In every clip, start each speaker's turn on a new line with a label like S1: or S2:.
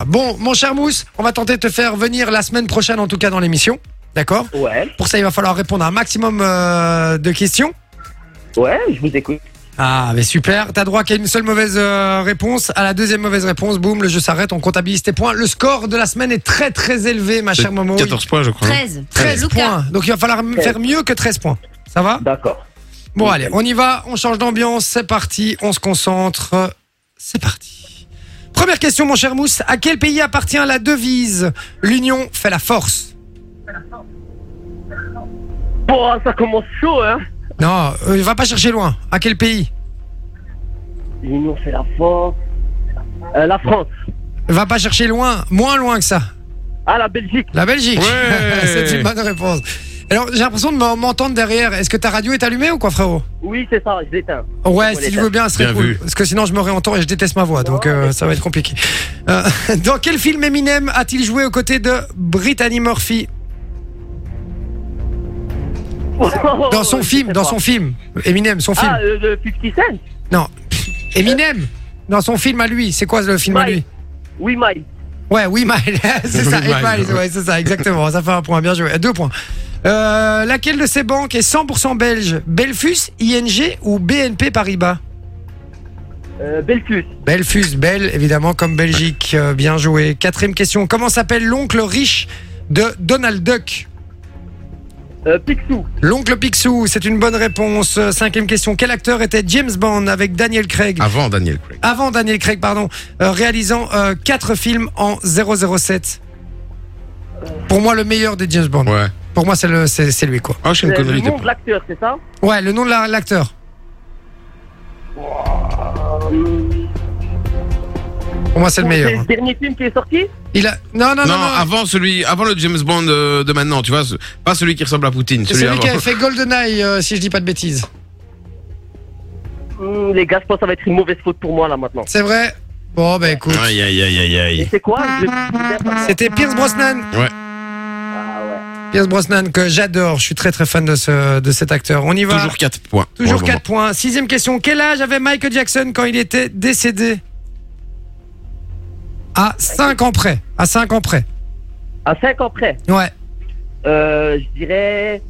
S1: Ah Bon, mon cher Mousse, on va tenter de te faire venir la semaine prochaine, en tout cas dans l'émission. D'accord
S2: Ouais,
S1: Pour ça, il va falloir répondre à un maximum euh, de questions.
S2: ouais, je vous écoute.
S1: Ah, mais super. T'as droit qu'à une seule mauvaise euh, réponse. À la deuxième mauvaise réponse, boum, le jeu s'arrête, on comptabilise tes points. Le score de la semaine est très très élevé, ma chère Momo.
S3: 14 points, je crois.
S4: 13.
S1: 13 points. Donc il va falloir m- faire mieux que 13 points. Ça va
S2: D'accord.
S1: Bon, allez, on y va, on change d'ambiance, c'est parti, on se concentre. C'est parti. Première question, mon cher Mousse. À quel pays appartient la devise L'union fait la force
S2: Bon, Oh, ça commence chaud, hein.
S1: Non, euh, va pas chercher loin. À quel pays
S2: L'Union fait la force. Euh, la France.
S1: Va pas chercher loin, moins loin que ça.
S2: Ah, la Belgique.
S1: La Belgique.
S3: Ouais.
S1: c'est une bonne réponse. Alors, j'ai l'impression de m'en- m'entendre derrière. Est-ce que ta radio est allumée ou quoi, frérot
S2: Oui, c'est ça, je l'éteins.
S1: Ouais,
S2: Faut
S1: si tu
S2: l'éteindre.
S1: veux bien, ce serait
S3: Bien
S1: cool.
S3: vu.
S1: Parce que sinon, je me réentends et je déteste ma voix, donc euh, ça va être compliqué. Euh, dans quel film Eminem a-t-il joué aux côtés de Brittany Murphy Dans son
S2: Oh, Je
S1: film,
S2: sais
S1: dans
S2: pas.
S1: son film. Eminem, son film.
S2: Ah, euh, le 50 Cent
S1: Non. Pff, Eminem Dans son film à lui. C'est quoi le film à
S2: Mike.
S1: lui
S2: Oui, Mike.
S1: Ouais, oui, Miles. c'est ça, et
S3: Oui, Miles.
S1: Miles, ouais, c'est ça, exactement. Ça fait un point, bien joué. Deux points. Euh, laquelle de ces banques est 100% belge Belfus, ING ou BNP Paribas
S2: Euh, Belfus.
S1: Belfus, Belle, évidemment, comme Belgique. Euh, bien joué. Quatrième question. Comment s'appelle l'oncle riche de Donald Duck
S2: Euh, Picsou.
S1: L'oncle Picsou, c'est une bonne réponse. Euh, Cinquième question. Quel acteur était James Bond avec Daniel Craig
S3: Avant Daniel Craig.
S1: Avant Daniel Craig, pardon, euh, réalisant euh, quatre films en 007. Pour moi, le meilleur des James Bond.
S3: Ouais.
S1: Pour moi, c'est le- c'est c'est lui, quoi.
S3: Oh, je suis
S2: Euh,
S3: une
S2: le
S3: connerie. t'es
S2: nom de l'acteur, c'est ça
S1: Ouais, le nom de la- l'acteur.
S2: Euh,
S1: Pour moi, c'est le
S2: C'est
S1: meilleur. hein.
S2: le dernier film qui est sorti
S1: Il a. Non, non, non.
S3: Non,
S1: non,
S3: avant celui, avant le James Bond euh, de maintenant, tu vois, ce- pas celui qui ressemble à Poutine,
S1: C'est
S3: celui,
S1: celui
S3: avant.
S1: qui avait fait GoldenEye, euh, si je dis pas de bêtises.
S2: Hum, Les gars, je pense que ça va être une mauvaise faute pour moi, là, maintenant.
S1: C'est vrai Bon, bah écoute.
S3: Aïe aïe aïe aïe
S2: Et
S3: aïe.
S2: c'est quoi le-
S1: C'était Pierce Brosnan.
S2: Ah, ouais.
S1: Pierce Brosnan, que j'adore. Je suis très, très fan de, ce, de cet acteur. On y va.
S3: Toujours 4 points. pour
S1: Toujours
S3: le moment.
S1: 4 points. Sixième question. Quel âge avait Michael Jackson quand il était décédé À 5 ans près. À 5 ans près.
S2: À 5 Ah, ans près.
S1: Ouais.
S2: Euh, je dirais.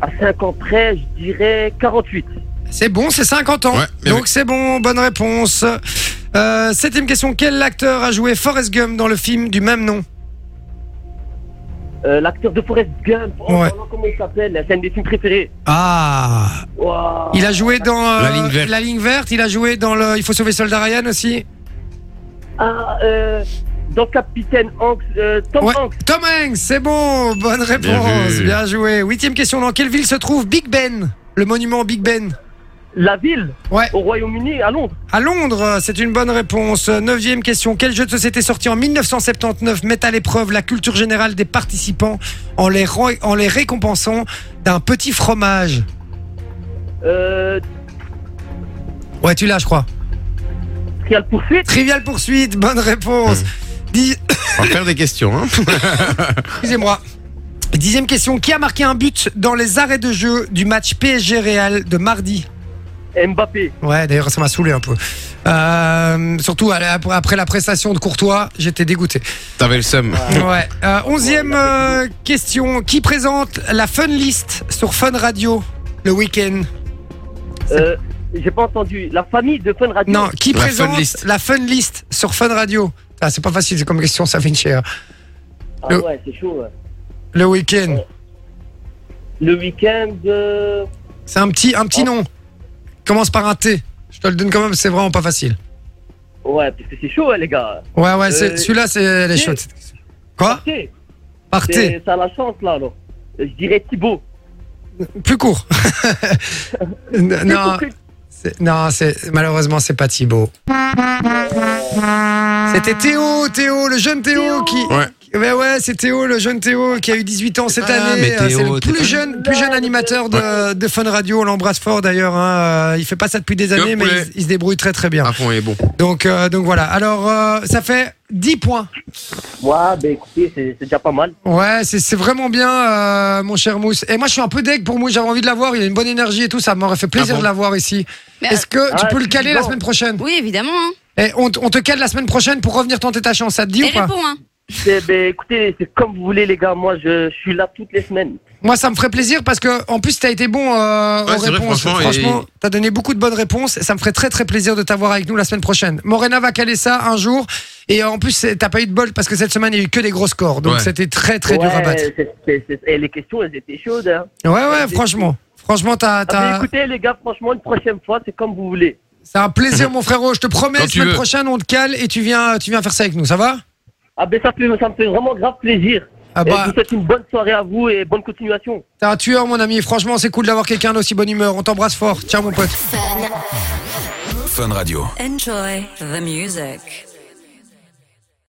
S2: À 5 ans près, je dirais 48.
S1: C'est bon, c'est 50 ans.
S3: Ouais, bien
S1: Donc c'est bon, bonne réponse. Euh, septième question. Quel acteur a joué Forrest Gump dans le film du même nom
S2: Euh, L'acteur de Forrest Gump. Oh,
S1: Ouais.
S2: non, Comment il s'appelle C'est un des films préférés.
S1: Ah
S2: Waouh.
S1: Il a joué dans euh,
S3: La ligne verte.
S1: La ligne verte, Il a joué dans le. Il faut sauver Soldat Ryan aussi.
S2: Ah, euh, dans Capitaine Hanks. euh, Tom
S1: Ouais.
S2: Hanks.
S1: Tom Hanks, c'est bon. Bonne réponse.
S3: vu.
S1: Bien joué. Huitième question. Dans quelle ville se trouve Big Ben Le monument Big Ben.
S2: La ville.
S1: Ouais.
S2: Au Royaume-Uni, à Londres.
S1: À Londres, euh, c'est une bonne réponse. Euh, Neuvième question. Quel jeu de société sorti en 1979 met à l'épreuve la culture générale des participants en les, ro- en les récompensant d'un petit fromage
S2: Euh,
S1: Ouais, tu l'as, je crois.
S2: Trial Poursuite.
S1: Trivial poursuite, bonne réponse. Dis-
S3: On va faire des questions. Hein.
S1: Excusez-moi. Dixième question. Qui a marqué un but dans les arrêts de jeu du match PSG Real de mardi
S2: Mbappé.
S1: Ouais, d'ailleurs, ça m'a saoulé un peu. Euh, surtout à la- après la prestation de Courtois, j'étais dégoûté.
S3: T'avais le seum.
S1: Ouais. Euh, onzième euh, question. Qui présente la Fun List sur Fun Radio le week-end
S2: Euh, J'ai pas entendu. La famille de Fun Radio.
S1: Non, qui
S3: La Fun
S1: présente
S3: List.
S1: la Fun List sur Fun Radio ah, C'est pas facile, c'est comme question, ça fait une chair.
S2: Ah
S1: le-
S2: ouais, c'est chaud. ouais.
S1: Le week-end.
S2: Le week-end. euh,
S1: C'est un petit, un petit nom. Commence par un T. Je te le donne quand même, c'est vraiment pas facile.
S2: Ouais, parce que c'est chaud, hein, les gars.
S1: Ouais, ouais, c'est-
S2: Euh,
S1: celui-là, c'est les
S2: T.
S1: chaudes. cette question. Quoi
S2: Partez.
S1: Par T.
S2: C'est- Ça a la chance, là, alors. Je dirais Thibaut.
S1: Plus court. N- non, c'est- non c'est- malheureusement, c'est pas Thibaut. C'était Théo, Théo, le jeune Théo, qui.
S3: Ouais.
S1: Ouais, ouais, c'est Théo, le jeune Théo qui a eu 18 ans cette
S3: Ah,
S1: année.
S3: mais
S1: Euh, C'est
S3: Théo,
S1: le
S3: t'es
S1: plus
S3: pas-
S1: jeune, plus jeune animateur de, de Fun Radio. On l'embrasse fort d'ailleurs. hein. Euh, Il fait pas ça depuis des
S3: Le
S1: années, mais
S3: poulet.
S1: il, il se débrouille très très bien.
S3: À fond, il est bon.
S1: Donc, euh, donc voilà. Alors, euh, ça fait 10 points.
S2: Ouais, ben écoutez, c'est c'est déjà pas mal.
S1: Ouais, c'est c'est vraiment bien, euh, mon cher Mousse. Et moi, je suis un peu deg pour Mousse. J'avais envie de l'avoir. Il a une bonne énergie et tout. Ça m'aurait fait plaisir
S3: Ah bon
S1: de l'avoir ici.
S4: Mais,
S1: Est-ce que
S2: Ah,
S1: tu peux le
S2: c'est
S1: caler la
S2: bon.
S1: semaine prochaine
S4: Oui, évidemment. hein.
S1: Eh, on, t- on te cale la semaine prochaine pour revenir tenter ta chance, ça te dit
S4: Et
S1: ou pas
S4: réponds, hein.
S2: C'est- ben, écoutez, c'est comme vous voulez, les gars. Moi, je, je suis là toutes les semaines.
S1: Moi, ça me ferait plaisir parce que, en plus, t'as été bon euh,
S3: Ouais,
S1: aux
S3: c'est vrai,
S1: réponses.
S3: franchement, et-
S1: t'as donné beaucoup de bonnes réponses. Ça me ferait très très plaisir de t'avoir avec nous la semaine prochaine. Morena va caler ça un jour. Et euh, en plus, c'est- t'as pas eu de bol parce que cette semaine, il y a eu que des gros scores. Donc,
S3: Ouais.
S1: c'était très très
S2: ouais,
S1: dur à battre.
S2: c'est- c'est- c'est- et les questions, elles étaient chaudes. hein.
S1: Ouais, ouais, franchement. Franchement, t'as,
S2: Ah, mais
S1: t'as...
S2: écoutez, les gars, franchement, une prochaine fois, c'est comme vous voulez.
S1: c'est un plaisir, mon frérot. Je te promets,
S3: Quand
S1: la
S3: tu
S1: semaine
S3: veux.
S1: prochaine, on te cale et tu viens, tu viens faire ça avec nous. Ça va
S2: Ah, ben, ça, fait- ça me fait vraiment grave plaisir.
S1: Ah
S2: Et je
S1: bah,
S2: vous souhaite une bonne soirée à vous et bonne continuation.
S1: t'es un tueur, mon ami. Franchement, c'est cool d'avoir quelqu'un d'aussi bonne humeur. On t'embrasse fort. Ciao, mon pote.
S5: Fun Radio.
S4: Enjoy the music.